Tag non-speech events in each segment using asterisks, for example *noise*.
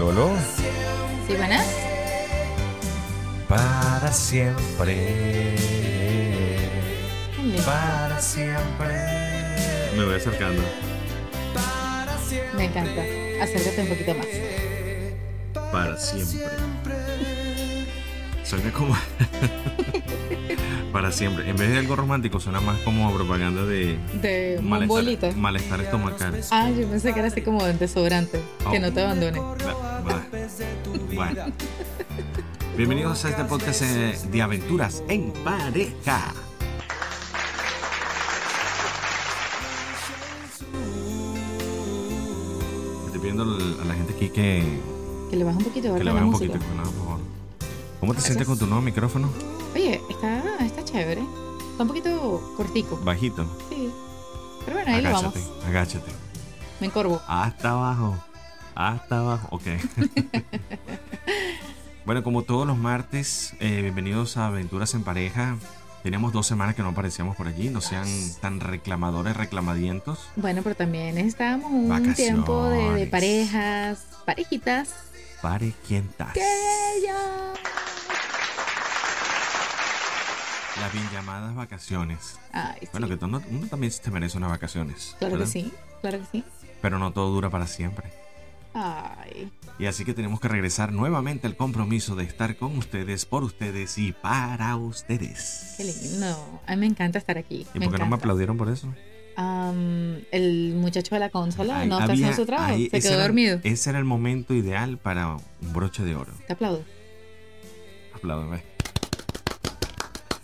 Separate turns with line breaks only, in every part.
color.
¿Sí, Maná?
Para siempre. Para siempre.
Me voy acercando.
Me encanta. Acércate un poquito más.
Para siempre. Suena como. *laughs* para siempre. En vez de algo romántico, suena más como propaganda de.
De
Malestar,
bombolita.
malestar estomacal.
Ah, yo pensé que era así como el desodorante. Que
Oh.
no te abandone.
Va- va. Bueno. Bienvenidos a este podcast eh, de aventuras en pareja. Estoy pidiendo al- a la gente aquí que,
Que le bajes un poquito de
que le
volumen a
baje un
la música.
poquito. no, por favor. ¿Cómo te sientes con tu nuevo micrófono?
Oye, está, está chévere. Está un poquito cortico.
Bajito.
Sí. Pero bueno, ahí lo vamos.
Agáchate, agáchate.
Me encorvo.
Hasta abajo. Hasta abajo.
*laughs*
Ok. bueno, como todos los martes, eh, bienvenidos a Aventuras en Pareja. Teníamos dos semanas que no aparecíamos por allí. No sean tan reclamadores, reclamadientos.
Bueno, pero también necesitábamos un tiempo de, de
Vacaciones.
parejas, parejitas.
Parejientas.
¡Qué bello!
Las bien llamadas vacaciones.
Ay, sí.
Bueno, que todo- uno también te merece unas vacaciones.
claro que
¿verdad?
sí, claro que sí.
Pero no todo dura para siempre.
Ay,
Y así que tenemos que regresar nuevamente al compromiso de estar con ustedes, por ustedes y para ustedes.
qué lindo. A mí me encanta estar aquí.
¿Y
me
por qué no me
encanta.
aplaudieron por eso?
Am, el muchacho de la consola
Ahí
no está
había-
haciendo su trabajo.
ahí-
se
ese
quedó
era-
dormido.
Ese era el momento ideal para un broche de oro.
Te aplaudo.
Apláudame.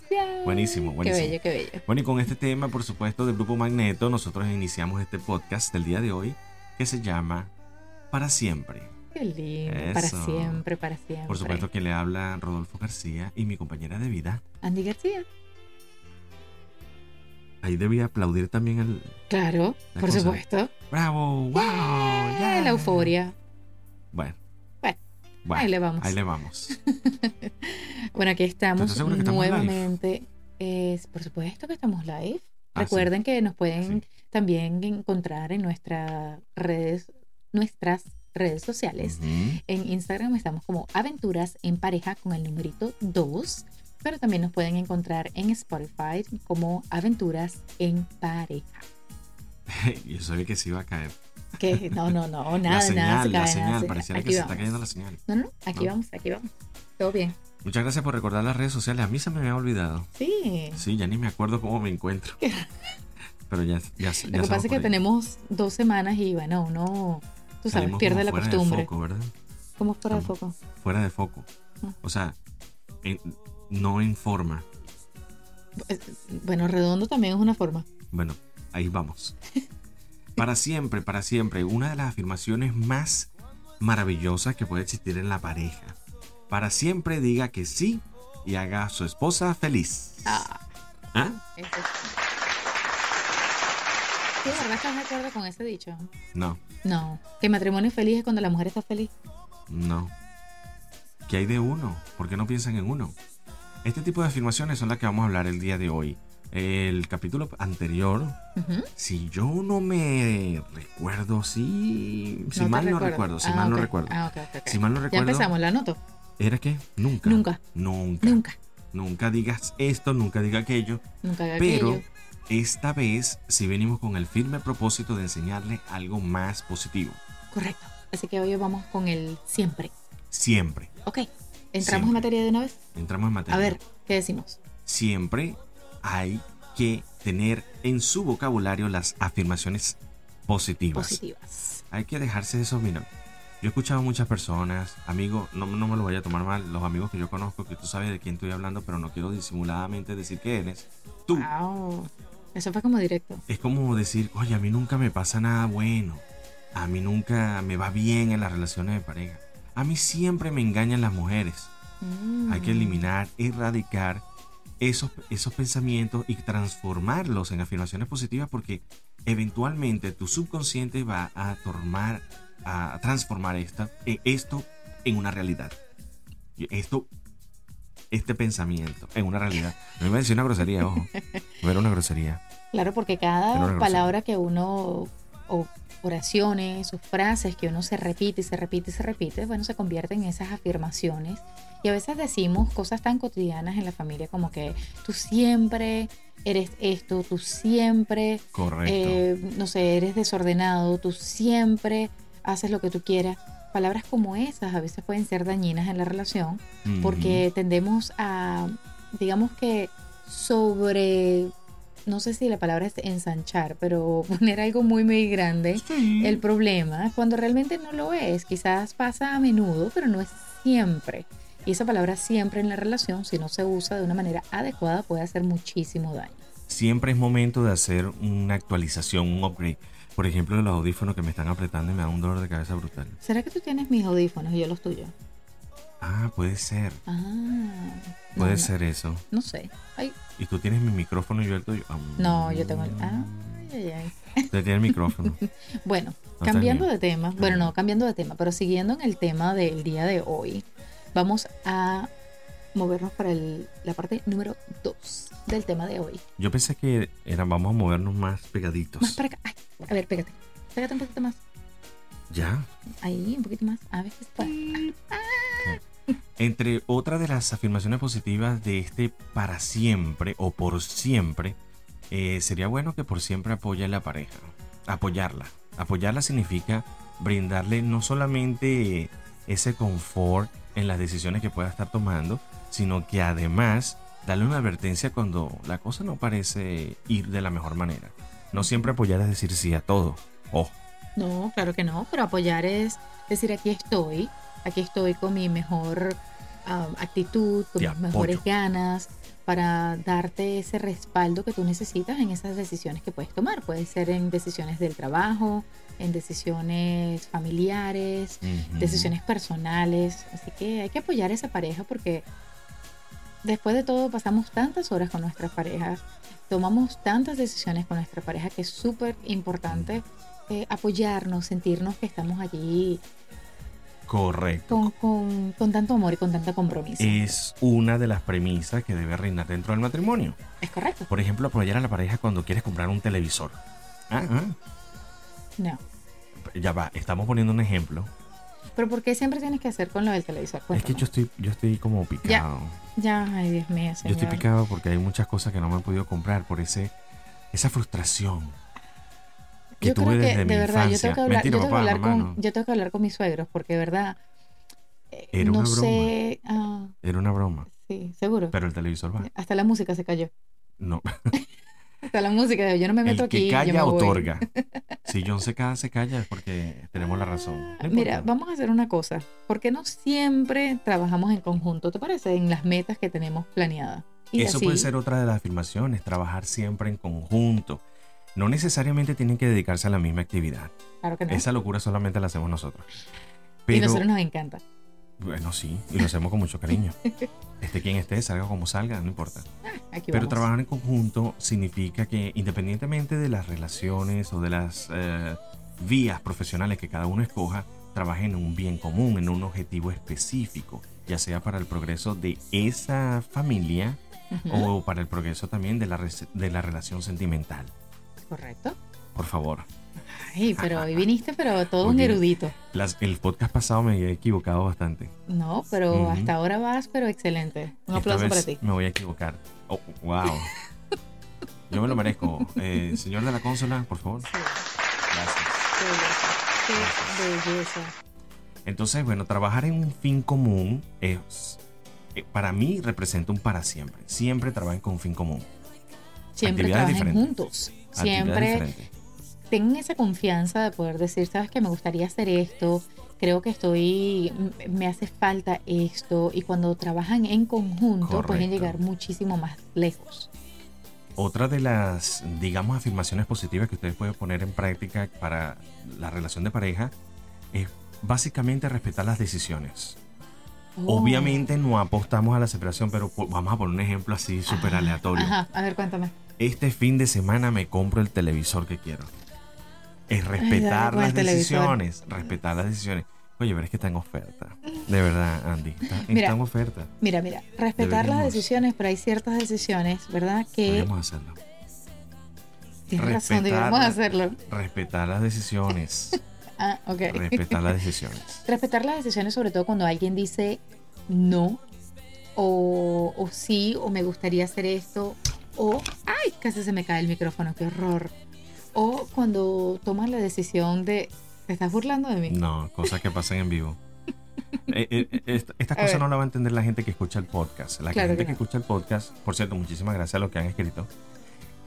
Bien.
Buenísimo, buenísimo.
Qué bello, qué bello.
Bueno, y con este tema, por supuesto, del grupo Magneto, nosotros iniciamos este podcast del día de hoy que se llama Para siempre.
Qué lindo. Para
Eso.
siempre, para siempre.
Por supuesto que le habla Rodolfo García y mi compañera de vida.
Andy García.
Ahí debía aplaudir también el
Claro,
La
por
consola.
supuesto.
bravo, wow,
Eh,
yeah".
La euforia.
Bueno,
Bueno,
bueno,
ahí le vamos.
Ahí le
*laughs*
vamos.
Bueno, aquí estamos
¿Estás segura que estamos live?
nuevamente. Es, por supuesto que estamos live.
Ah, sí.
Recuerden que nos pueden también encontrar en nuestras redes, nuestras redes sociales.
Ujú. *laughs*
En Instagram estamos como Aventuras en Pareja con el numerito 2, pero también nos pueden encontrar en Spotify como Aventuras en Pareja.
Yo sabía que se iba a caer.
Que no, no, no,
*laughs*
nada,
la señal,
nada se
la
cae, nada
señal,
se cae.
pareciera
Aquí
que se
vamos.
está cayendo la señal.
No, no, aquí
No.
vamos, aquí vamos. Todo bien.
Muchas gracias por recordar las redes sociales. A mí se me había olvidado.
Sí.
Sí, ya ni me acuerdo cómo me
*laughs*
encuentro. Pero ya, ya, ya
Lo que pasa es que
tenemos
tenemos dos semanas y bueno, uno, tú sabes, pierde la
Fuera
costumbre.
de foco, ¿verdad?
¿Cómo fuera de
Estamos-
foco?
Fuera de foco.
Ah.
O sea, en- no en forma.
Eh, Bueno, redondo también es una forma.
Bueno, ahí
*laughs*
vamos. Para siempre, para siempre. Una de las afirmaciones más maravillosas que puede existir en la pareja. Para siempre diga que sí y haga a su esposa feliz.
Ah,
¿Ah?
eso es. ¿Tú de verdad estás de acuerdo con ese dicho?
No,
No, que matrimonio feliz es cuando la mujer está feliz.
No. ¿Qué hay de uno? ¿Por qué no piensan en uno? Este tipo de afirmaciones son las que vamos a hablar el día de hoy. El capítulo anterior,
Ujú.
si yo no me recuerdo, si, si
te
mal no recuerdo, si
Ah,
mal no
ok.
recuerdo,
Ah, ok, ok, ok.
si mal no
Ya
recuerdo,
empezamos, la anoto.
¿era qué? Nunca,
Nunca.
nunca, nunca,
Nunca,
digas esto, nunca diga aquello,
nunca haga
pero
aquello.
esta vez si venimos con el firme propósito de enseñarle algo más positivo,
Correcto. Así que hoy vamos con el siempre.
siempre.
Ok, entramos en
Siempre.
materia de una vez.
Entramos en materia.
A ver, ¿qué decimos?
siempre hay que tener en su vocabulario las afirmaciones positivas.
Positivas.
Hay que dejarse eso, mira. Yo he escuchado a muchas personas, amigos, no, no me lo vaya a tomar mal, los amigos que yo conozco, que tú sabes de quién estoy hablando, pero no quiero disimuladamente decir que eres tú.
Ah. Wow. Eso fue como directo.
Es como decir, oye, a mí nunca me pasa nada bueno, a mí nunca me va bien en las relaciones de pareja, a mí siempre me engañan las mujeres.
Mm.
Hay que eliminar, erradicar esos, esos pensamientos y transformarlos en afirmaciones positivas porque eventualmente tu subconsciente va a, tomar, a transformar esta, eh, esto en una realidad. Y Esto, este pensamiento en una realidad. No iba a *laughs* decir una grosería, ojo. No era una grosería.
Claro, porque
Pero
cada
no lo
palabra que uno o oraciones o frases que uno se repite y se repite y se repite, bueno, se convierten en esas afirmaciones. Y a veces decimos cosas tan cotidianas en la familia como que tú siempre eres esto, tú siempre,
Correcto.
eh, no sé, eres desordenado, tú siempre haces lo que tú quieras. Palabras como esas a veces pueden ser dañinas en la relación
Ujú.
porque tendemos a, digamos que sobre, no sé si la palabra es ensanchar, pero *laughs* poner algo muy, muy grande.
Sí.
El problema cuando realmente no lo es, quizás pasa a menudo, pero no es siempre. Y esa palabra siempre en la relación, si no se usa de una manera adecuada, puede hacer muchísimo daño.
Siempre es momento de hacer una actualización, un upgrade. Por ejemplo, los audífonos que me están apretando y me da un dolor de cabeza brutal.
¿Será que tú tienes mis audífonos y yo los tuyos?
Ah, puede ser.
Ah, no,
Puede
no,
ser eso.
No sé. Ay,
Y tú tienes mi micrófono y yo el tuyo. Ah, mm.
no, yo tengo el. ah. Ay, ay, ay.
Tú tienes el
*laughs*
micrófono.
Bueno,
No
cambiando
tenía.
de tema, bueno, no cambiando de tema, pero siguiendo en el tema del día de hoy, vamos a movernos para el- la parte número 2 del tema de hoy.
Yo pensé que era, vamos a movernos más pegaditos.
Más para acá. Ay, a ver, pégate. Pégate un poquito más.
ya.
Ahí, un poquito más. A ver si se puede.
Entre otras de las afirmaciones positivas de este para siempre o por siempre, eh, sería bueno que por siempre apoye a la pareja. Apoyarla. Apoyarla significa brindarle no solamente eh, ese confort en las decisiones que pueda estar tomando, sino que además darle una advertencia cuando la cosa no parece ir de la mejor manera. No siempre apoyar es decir sí a todo. Ojo.
No, claro que no, pero apoyar es decir aquí estoy, aquí estoy con mi mejor um, actitud, con
Te
mis mejores
apoyo.
ganas para darte ese respaldo que tú necesitas en esas decisiones que puedes tomar. Puede ser en decisiones del trabajo, en decisiones familiares,
Ujú.
decisiones personales. Así que hay que apoyar a esa pareja porque después de todo pasamos tantas horas con nuestras parejas, tomamos tantas decisiones con nuestra pareja que es súper importante eh, apoyarnos, sentirnos que estamos allí
Correcto.
con, con- con tanto amor y con tanto compromiso.
es una de las premisas que debe reinar dentro del matrimonio.
¿Es correcto?
Por ejemplo, apoyar a la pareja cuando quieres comprar un televisor. Ah, ah,
No.
ya va, estamos poniendo un ejemplo.
Pero ¿por qué siempre tienes que hacer con lo del televisor?
Es que
Cuéntame.
yo estoy, yo estoy como picado.
Ya, ay Dios mío,
yo
señor.
estoy picado porque hay muchas cosas que no me he podido comprar por ese, esa frustración que
yo
tuve
creo que,
desde
de
mi
verdad, yo
infancia.
tengo que hablar,
Mentira,
yo tengo que
papá,
hablar
mamá,
con,
no.
yo tengo que hablar con mis suegros, porque de verdad, eh,
Era
no
una broma.
sé, ah,
Era una broma.
sí, seguro.
Pero el televisor
*laughs*
va.
Hasta la música se cayó.
No.
Hasta la música, yo no me meto
El que
aquí. yo me
calla
voy. *laughs*
otorga. Si John se calla, se calla es porque tenemos la razón.
Ah,
No
Mira,
importa.
vamos a hacer una cosa. ¿Por qué no siempre trabajamos en conjunto? ¿Te parece? En las metas que tenemos planeadas. Y
Eso
así-
puede ser otra de las afirmaciones, trabajar siempre en conjunto. No necesariamente tienen que dedicarse a la misma actividad.
Claro que no.
Esa locura solamente la hacemos nosotros.
Y
Pero,
nosotros nos encanta.
bueno, sí, y lo hacemos con mucho
*laughs*
cariño. Esté quien esté, salga como salga, no importa.
Aquí
Pero
vamos.
trabajar en conjunto significa que independientemente de las relaciones o de las eh, vías profesionales que cada uno escoja, trabajen en un bien común, en un objetivo específico, ya sea para el progreso de esa familia
Ujú,
o para el progreso también de la, res- de la relación sentimental.
Correcto.
Por favor.
Ay, pero
*laughs*
hoy viniste, pero todo un
Oye.
erudito.
Las- el podcast pasado me he equivocado bastante.
No, pero
Ujú.
hasta ahora vas, pero excelente.
Esta
Un aplauso
vez
para ti.
Me voy a equivocar. Oh,
*laughs*
wow. Yo me lo merezco. Eh, señor de la consola, por favor. Gracias.
Qué belleza, qué belleza.
Entonces, bueno, trabajar en un fin común es, eh, para mí representa un para siempre. Siempre trabajen con un fin común.
Siempre
Actividades
trabajen
diferentes.
juntos.
Actividades
Siempre
diferentes.
tengan esa confianza de poder decir, sabes que me gustaría hacer esto, creo que estoy, m- me hace falta esto. Y cuando trabajan en conjunto pueden
Correcto.
llegar muchísimo más lejos.
Otra de las, digamos, afirmaciones positivas que ustedes pueden poner en práctica para la relación de pareja es básicamente respetar las decisiones.
Oh.
Obviamente no apostamos a la separación, pero po- vamos a poner un ejemplo así súper
Ah,
aleatorio.
Ajá, a ver, cuéntame.
Este fin de semana me compro el televisor que quiero. Es respetar
con el
las
televisor.
decisiones, respetar las decisiones. Oye, pero es que está en oferta. De verdad, Andy, está,
Mira,
está en oferta.
Mira, mira, respetar las
Deberíamos.
Eh. decisiones, pero hay ciertas decisiones, ¿verdad? Que
Podríamos hacerlo.
Tienes razón,
Respetar-
deberíamos hacerlo.
Respetar las decisiones.
Ah, *laughs* ok.
respetar las decisiones.
Respetar las decisiones, sobre todo cuando alguien dice no, o, o sí, o me gustaría hacer esto, o ay, casi se me cae el micrófono, qué horror. O cuando toman la decisión de, ¿te estás burlando de mí?
No, cosas que pasan en
*laughs*
vivo. Eh, eh, eh, esta- Estas
A
cosas
ver.
no las va a entender la gente que escucha el podcast. La
Claro
gente
que
que,
no.
escucha el podcast, por cierto, muchísimas gracias a los que han escrito.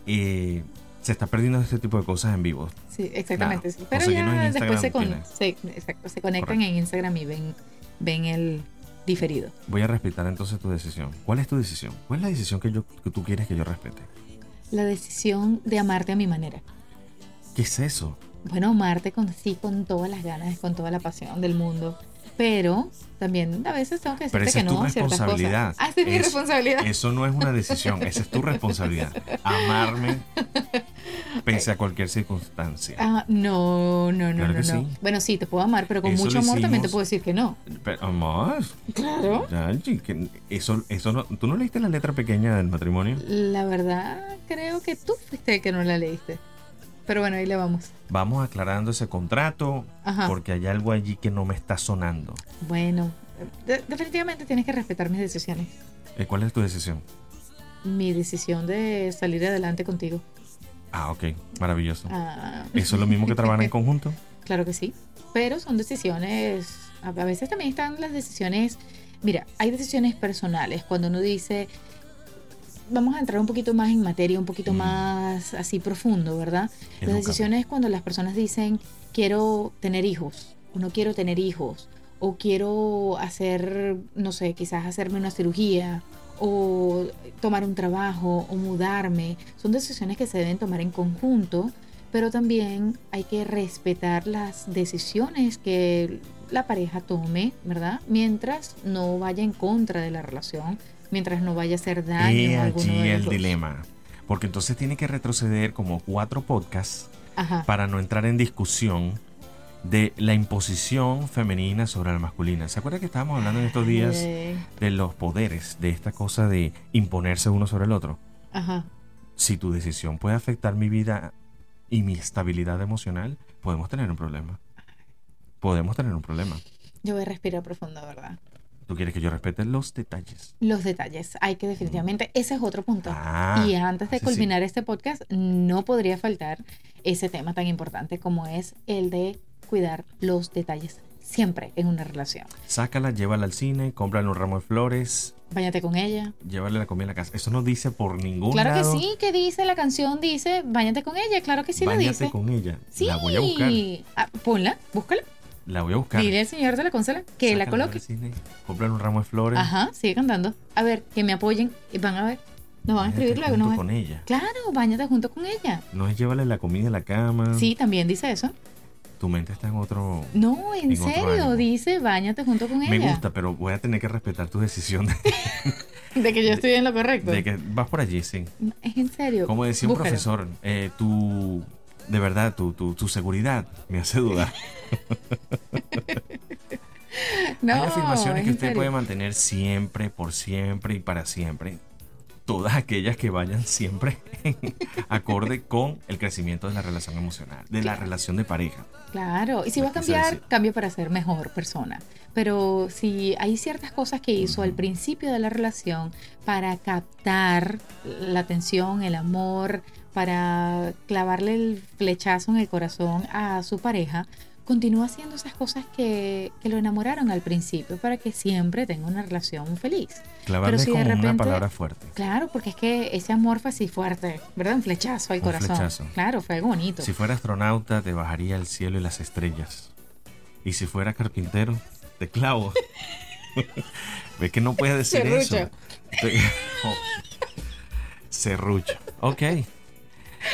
eh, se está perdiendo este tipo de cosas en vivo.
Sí, exactamente.
Claro.
Pero
Conseguirnos
ya
en
después se, con-
Instagram,
se, exacto, se conectan
Correcto.
en Instagram y ven, ven el diferido.
Voy a respetar entonces tu decisión. ¿Cuál es tu decisión? ¿Cuál es la decisión que, yo, que tú quieres que yo respete?
La decisión de amarte a mi manera.
¿Qué es eso?
bueno, amarte con sí, con todas las ganas, con toda la pasión del mundo. Pero también a veces tengo que
Pero esa
decirte que
es tu
no a ciertas
responsabilidad.
cosas. Ah, esa es mi
Es-
responsabilidad.
Eso no es una decisión, esa es tu responsabilidad. Amarme pese a cualquier circunstancia.
Ah, no, no, no,
Claro
no,
que
no.
sí.
Bueno, sí, te puedo amar, pero con
Eso
mucho
lo
amor también te
hicimos.
puedo decir que no.
Pero, amor,
Claro.
ya, chi- que eso, eso no, ¿Tú no leíste la letra pequeña del matrimonio?
La verdad, creo que tú fuiste el que no la leíste. Pero bueno, ahí le vamos.
Vamos aclarando ese contrato
Ajá.
porque hay algo allí que no me está sonando.
Bueno, de- definitivamente tienes que respetar mis decisiones.
Eh, ¿Cuál es tu decisión?
Mi decisión de salir adelante contigo.
Ah, ok, maravilloso.
Ah,
¿Eso es lo mismo que
*laughs*
trabajar en conjunto?
Claro que sí, pero son decisiones, a a veces también están las decisiones, mira, hay decisiones personales, cuando uno dice, vamos a entrar un poquito más en materia, un poquito
Mm.
más así profundo, ¿verdad?
Edúcame.
Las decisiones cuando las personas dicen, quiero tener hijos, o no quiero tener hijos, o quiero hacer, no sé, quizás hacerme una cirugía, o tomar un trabajo, o mudarme, son decisiones que se deben tomar en conjunto, pero también hay que respetar las decisiones que la pareja tome, ¿verdad? Mientras no vaya en contra de la relación, mientras no vaya a hacer daño
He
a alguno
allí
de
el
los dos.
dilema. Porque entonces tiene que retroceder como cuatro podcasts
Ajá.
para no entrar en discusión de la imposición femenina sobre la masculina. ¿Se acuerda que estábamos hablando en estos días
Ay,
de los poderes, de esta cosa de imponerse uno sobre el otro?
Ajá.
Si tu decisión puede afectar mi vida y mi estabilidad emocional, podemos tener un problema. Podemos tener un problema.
Yo voy a respirar profundo, ¿verdad?
Tú quieres que yo respete los detalles.
Los detalles, hay que definitivamente, ese es otro punto.
Mm. Ah,
y antes de
ese sí.
culminar este podcast, no podría faltar ese tema tan importante como es el de cuidar los detalles siempre en una relación.
Sácala, llévala al cine, cómprale un ramo de flores,
Báñate con ella.
llévale la comida a la casa. Eso no dice por ningún
Claro que
lado.
sí, que dice la canción, dice, báñate con ella, claro que sí lo
Báñate
dice.
con ella.
Sí.
La voy a buscar.
Ah, ponla, búscala.
La voy a buscar.
Dile al señor de la consola que la
Sácala
coloque.
del cine, comprar un ramo de flores.
Ajá, sigue cantando. A ver, que me apoyen. y Van a ver. Nos van a escribir
escribirla
luego. nos van-
con ella.
Claro, báñate junto con ella.
No es llévale la comida a la cama.
Sí, también dice eso.
Tu mente está en otro.
No, en
En otro
serio,
ánimo.
dice báñate junto con
Me
ella.
gusta, pero voy a tener que respetar tu decisión de,
De que yo estoy en lo correcto.
de que vas por allí, sí.
Es en serio.
Como decía un
Búscalo.
profesor, eh, tu. De verdad, tu, tu, tu seguridad me hace dudar.
*laughs* No,
Hay afirmaciones
es
que
en
usted
serio.
puede mantener siempre, por siempre y para siempre. Todas aquellas que vayan siempre *laughs* acorde con el crecimiento de la relación emocional, de la relación de pareja.
Claro, y si
Lo
va a
quise
cambiar,
decir.
cambia para ser mejor persona. Pero si hay ciertas cosas que hizo al principio de la relación para captar la atención, el amor, para clavarle el flechazo en el corazón a su pareja, continúa haciendo esas cosas que, que lo enamoraron al principio para que siempre tenga una relación feliz.
Clavarle
Pero si de
como una
repente-
palabra fuerte.
Claro, porque es que ese amor fue así fuerte, ¿verdad? Un flechazo al
Un
corazón.
flechazo.
Claro, fue algo bonito.
Si fuera astronauta, te bajaría al cielo y las estrellas. Y si fuera carpintero, te clavo. *laughs* ¿Ves que no puedes decir eso? Te- *laughs* Oh. Serrucho. Ok.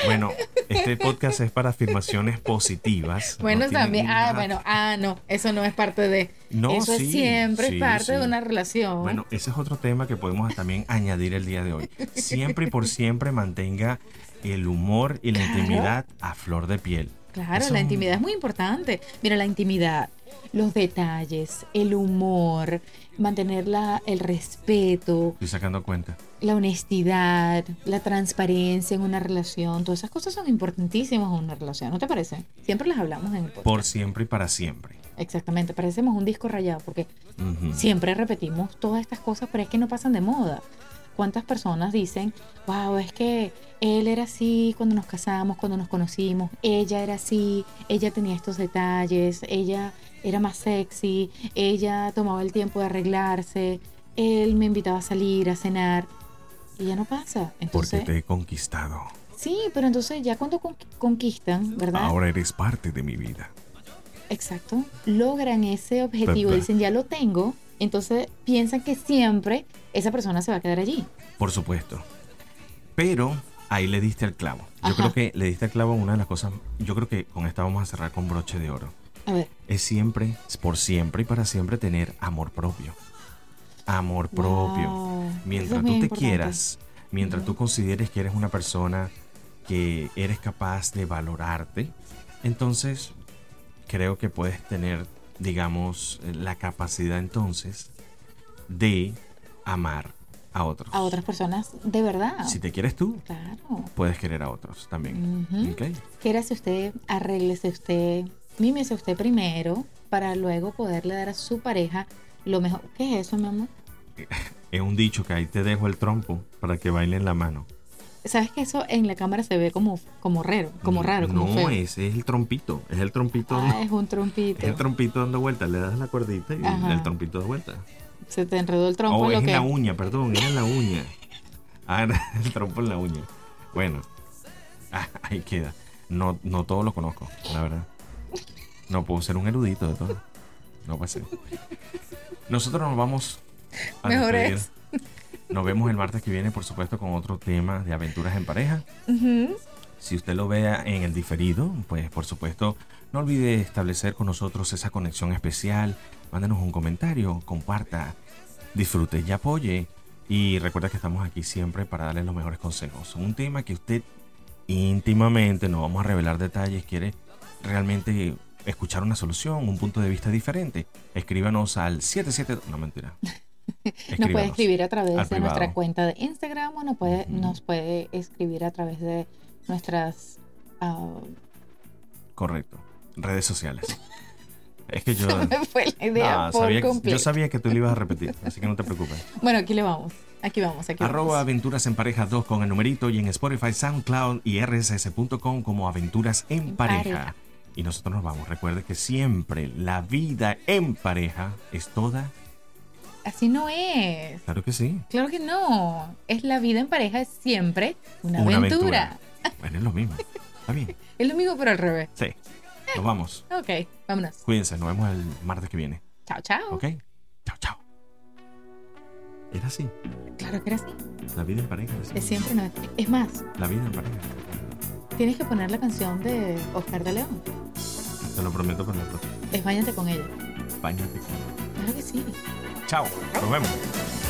Bueno, este podcast es para afirmaciones positivas. No
Bueno,
tiene
también. Ah,
nada-
bueno, ah, no, eso no es parte de.
No,
eso
sí,
es siempre
sí,
parte
sí.
de una relación.
Bueno, ese es otro tema que podemos también añadir el día de hoy. Siempre y por siempre mantenga el humor y la
Claro.
intimidad a flor de piel.
Claro,
Eso-
la intimidad es muy importante. Mira, la intimidad, los detalles, el humor, mantener la, el respeto,
Estoy sacando cuenta.
la honestidad, la transparencia en una relación. Todas esas cosas son importantísimas en una relación, ¿no te parece? Siempre las hablamos en el podcast.
Por siempre y para siempre.
Exactamente, parecemos un disco rayado porque
Ujú.
siempre repetimos todas estas cosas, pero es que no pasan de moda. ¿Cuántas personas dicen, wow, es que él era así cuando nos casamos, cuando nos conocimos, ella era así, ella tenía estos detalles, ella era más sexy, ella tomaba el tiempo de arreglarse, él me invitaba a salir, a cenar, y ya no pasa.
Porque
Entonces,
te he conquistado.
Sí, pero entonces ya cuando conqui- conquistan, ¿verdad?
Ahora eres parte de mi vida.
Exacto. Logran ese objetivo,
Verdad.
dicen ya lo tengo, entonces piensan que siempre esa persona se va a quedar allí.
Por supuesto. Pero ahí le diste al clavo. Yo
Ajá.
creo que le diste al clavo una de las cosas. Yo creo que con esta vamos a cerrar con broche de oro.
A ver,
Es siempre, es por siempre y para siempre tener amor propio. Amor propio.
wow, eso
Mientras
es
tú
muy
te
importante.
quieras, mientras
Ujú.
tú consideres que eres una persona que eres capaz de valorarte, entonces creo que puedes tener, digamos, eh, la capacidad entonces de amar a otros.
A Ah. otras personas, de verdad.
Si te quieres tú,
Claro.
puedes querer a otros también.
Ujú.
¿Ok?
Quiérase usted, arréglese usted, mímese usted primero para luego poderle dar a su pareja lo mejor. ¿Qué es eso, mi amor?
Es un dicho que ahí te dejo el trompo para que bailen la mano.
¿Sabes que eso en la cámara se ve como, como raro, como raro, como
Mm, No,
feo?
es, es el trompito. Es el trompito.
Ah, es un
Es
trompito.
el trompito dando vuelta, le das la cuerdita y
Ajá.
el trompito da vuelta.
se te enredó el trompo
Oh,
en
es
lo
en
que
la uña, perdón, es en la uña. Ah, el trompo en la uña. Bueno, ah, ahí queda. No, no todo lo conozco, la verdad. No puedo ser un erudito de todo. No pasa. Nosotros nos vamos a
Mejor
despedir.
es.
Nos vemos el martes que viene, por supuesto, con otro tema de aventuras en pareja.
Ujú.
Si usted lo vea en el diferido, pues por supuesto, no olvide establecer con nosotros esa conexión especial. Mándenos un comentario, comparta, disfrute y apoye. Y recuerda que estamos aquí siempre para darle los mejores consejos. Un tema que usted íntimamente, no vamos a revelar detalles, quiere realmente escuchar una solución, un punto de vista diferente. Escríbanos al 77... No,
*laughs*
mentira.
Nos puede
Escríbanos.
escribir a
al
través de
privado.
nuestra cuenta de Instagram o nos puede,
Ujú.
nos puede escribir a través de nuestras... ah, *laughs*
Correcto. Redes sociales. Es que yo...
*laughs* se me fue la idea
No, Ah,
por
sabía que-
completo.
yo sabía que tú lo ibas a repetir, así que no te
*laughs*
preocupes.
Bueno, aquí le vamos. Aquí vamos, aquí
Arroba
vamos.
Aventuras en Pareja 2 con el numerito y en Spotify, SoundCloud y rss.com como Aventuras en
En
Pareja.
pareja.
Y nosotros nos vamos. Recuerde que siempre la vida en pareja es toda.
Así no es.
Claro que sí.
Claro que no. Es la vida en pareja, es siempre una,
Una
aventura.
aventura. Bueno, es lo mismo. Está bien.
Es lo mismo, pero al revés.
Sí. Nos vamos.
Ok, vámonos.
Cuídense. Nos vemos el martes que viene.
Chao, chao.
¿Ok? Chao, chao. Era así.
Claro que era así.
La vida en pareja. es
Es
así.
siempre una... Es más,
La vida en pareja.
tienes que poner la canción de Oscar de León.
Te lo prometo por la próxima.
Es Báñate con ella.
Báñate con-
Claro que sí.
Chao. Nos vemos.